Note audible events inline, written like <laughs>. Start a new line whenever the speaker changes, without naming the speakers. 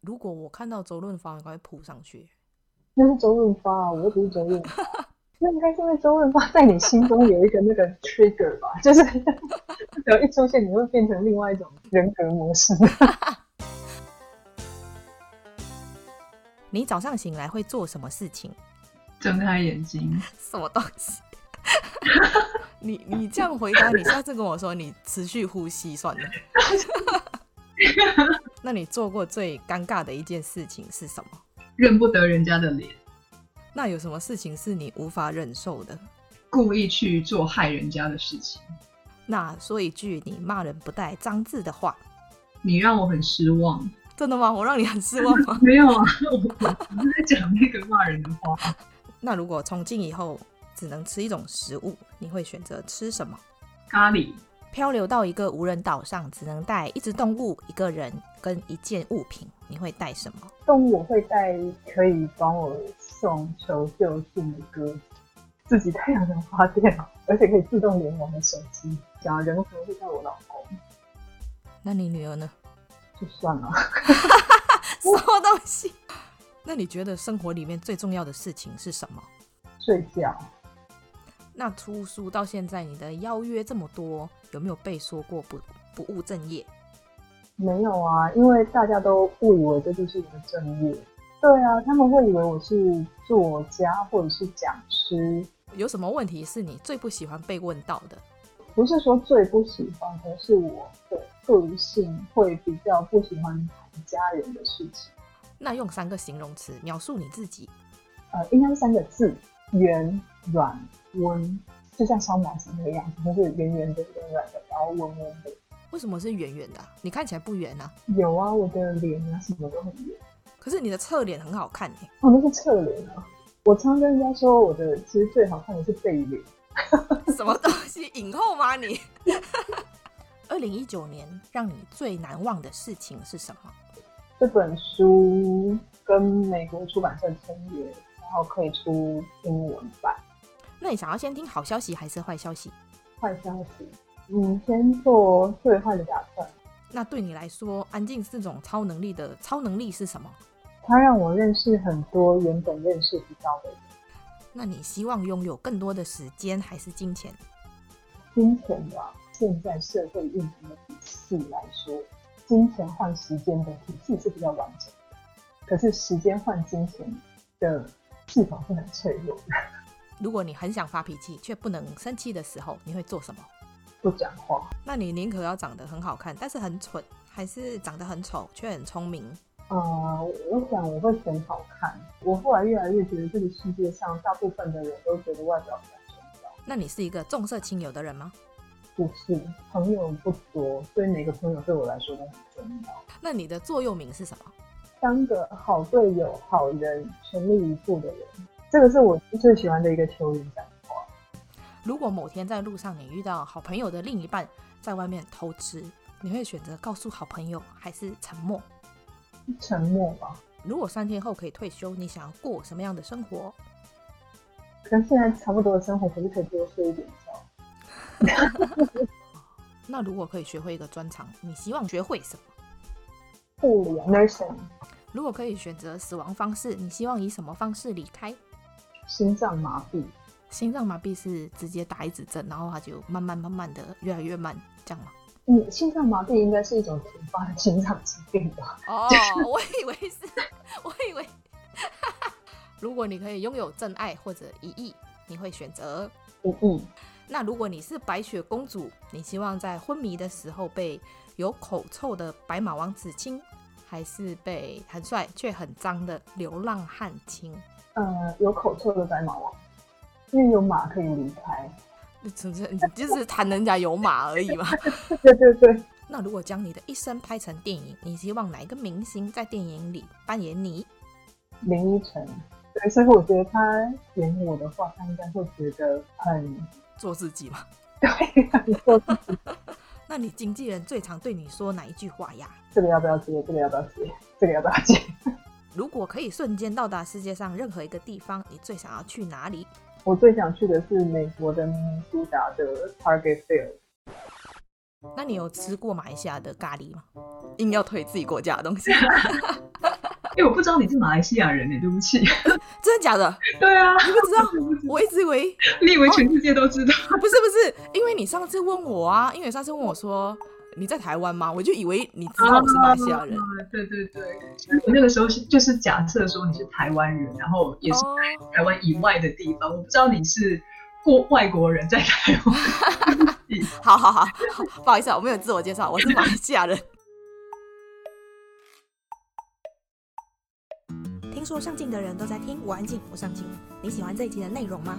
如果我看到周润发，我赶快扑上去。
那是周润发啊，我又不是周润发。那应该是因为周润发在你心中有一个那个 trigger 吧，就是 <laughs> 只要一出现，你会变成另外一种人格模式。
你早上醒来会做什么事情？
睁开眼睛，
什么东西？ <laughs> 你你这样回答，你下次跟我说你持续呼吸算 <laughs> 了。那你做过最尴尬的一件事情是什么？
认不得人家的脸，
那有什么事情是你无法忍受的？
故意去做害人家的事情，
那说一句你骂人不带脏字的话，
你让我很失望。？
真的吗？我让你很失望 <laughs> 吗
没有啊， <laughs> 我我是在讲那个骂人的话。
那如果从今以后只能吃一种食物，你会选择吃什么？
咖喱，
漂流到一个无人岛上，只能带一只动物、一个人跟一件物品，你会带什么？
动物我会带可以帮我送求救信的歌，自己太阳能发电，而且可以自动联网的手机。讲到人可能会带我老公，
那你女儿呢？
就算
<laughs>
了。<laughs>
什么东西？ <laughs> 那你觉得生活里面最重要的事情是什么？
睡觉，
那出书到现在，你的邀约这么多，有没有被说过不不务正业？
没有啊，因为大家都误以为这就是我的正业。对啊，他们会以为我是作家或者是讲师，
有什么问题是你最不喜欢被问到的？
不是说最不喜欢，而是我的个性会比较不喜欢谈家人的事情。
那用三个形容词描述你自己。
呃，应该是三个字：圆、软、温，就像烧脑子那个样子，就是圆圆的、软软的，然后温温的。
为什么是圆圆的啊、你看起来不圆啊，
有啊，我的脸啊，什么都很圆。
可是你的侧脸很好看耶
哦，那是侧脸啊。我常跟人家说，我的其实最好看的是背脸。
什么东西？影后吗你？ <laughs> 二零一九年让你最难忘的事情是什么？
这本书跟美国出版社签约，然后可以出英文版。
那你想要先听好消息还是坏消息？
坏消息，嗯，先做最坏的打算。
那对你来说，安静是种超能力的超能力是什么？
它让我认识很多原本认识不到的人。
那你希望拥有更多的时间还是金钱？
金钱吧，现在社会运行的体系来说，金钱换时间的体系是比较完整的，可是时间换金钱的系统是很脆弱的。
如果你很想发脾气却不能生气的时候，你会做什么？
不讲话，
那你宁可要长得很好看，但是很蠢，还是长得很丑却很聪明？
呃，我想我会选好看。我后来越来越觉得，这个世界上大部分的人都觉得外表比较重要。
那你是一个重色轻友的人吗？
不是朋友不多，所以每个朋友对我来说都很重要。
那你的座右铭是什么？
当个好队友、好人、全力以赴的人，这个是我最喜欢的一个球员讲话。
如果某天在路上你遇到好朋友的另一半在外面偷吃，你会选择告诉好朋友还是沉默？
沉默吧，
如果三天后可以退休，你想要过什么样的生活？
跟现在差不多的生活，可是可以多睡一点觉。
那如果可以学会一个专长，你希望学会什么？
护理 nursing
如果可以选择死亡方式，你希望以什么方式离开？
心脏麻痹，
心脏麻痹是直接打一指针，然后它就慢慢慢慢的越来越慢，这样吗？
嗯，心脏麻痹应该是一种突发的心脏疾病吧？
哦，我以为是， <laughs> 我以为。 <laughs> 如果你可以拥有真爱或者一亿，你会选择？
不易，
那如果你是白雪公主，你希望在昏迷的时候被有口臭的白马王子亲，还是被很帅却很脏的流浪汉亲？
呃，有口臭的白马王，因为有马可以离开。 <laughs>
你只是你就是谈人家有马而已嘛。
对对对，
那如果将你的一生拍成电影，你希望哪一个明星在电影里扮演你？
林依晨，对，所以我觉得他演我的话，他应该会觉得很
做自己嘛。
对，很做自己。
<laughs> 那你经纪人最常对你说哪一句话呀？
这个要不要接？这个要不要接？这个要不要接？
如果可以瞬间到达世界上任何一个地方，你最想要去哪里？
我最想去的是美国的明尼苏达的 Target Field。
<laughs> 那你有吃过马来西亚的咖喱吗？硬要推自己国家的东西。
因为我不知道你是马来西亚人呢、欸对不起。 <laughs>
真的假的？
对啊，
你不知道？ <laughs> 我一直以为 <laughs>
你以为全世界都知道？
不是不是，因为你上次问我啊，因为你上次问我说你在台湾吗？我就以为你知道我是马来西亚人
啊。对对对，我那个时候是就是假设说你是台湾人，然后也是
哦
台湾以外的地方，我不知道你是过外国人在台湾。
<laughs> 好好好，不好意思啊，我没有自我介绍，我是马来西亚人。
听说上镜的人都在听，我安静，我上镜。你喜欢这一集的内容吗？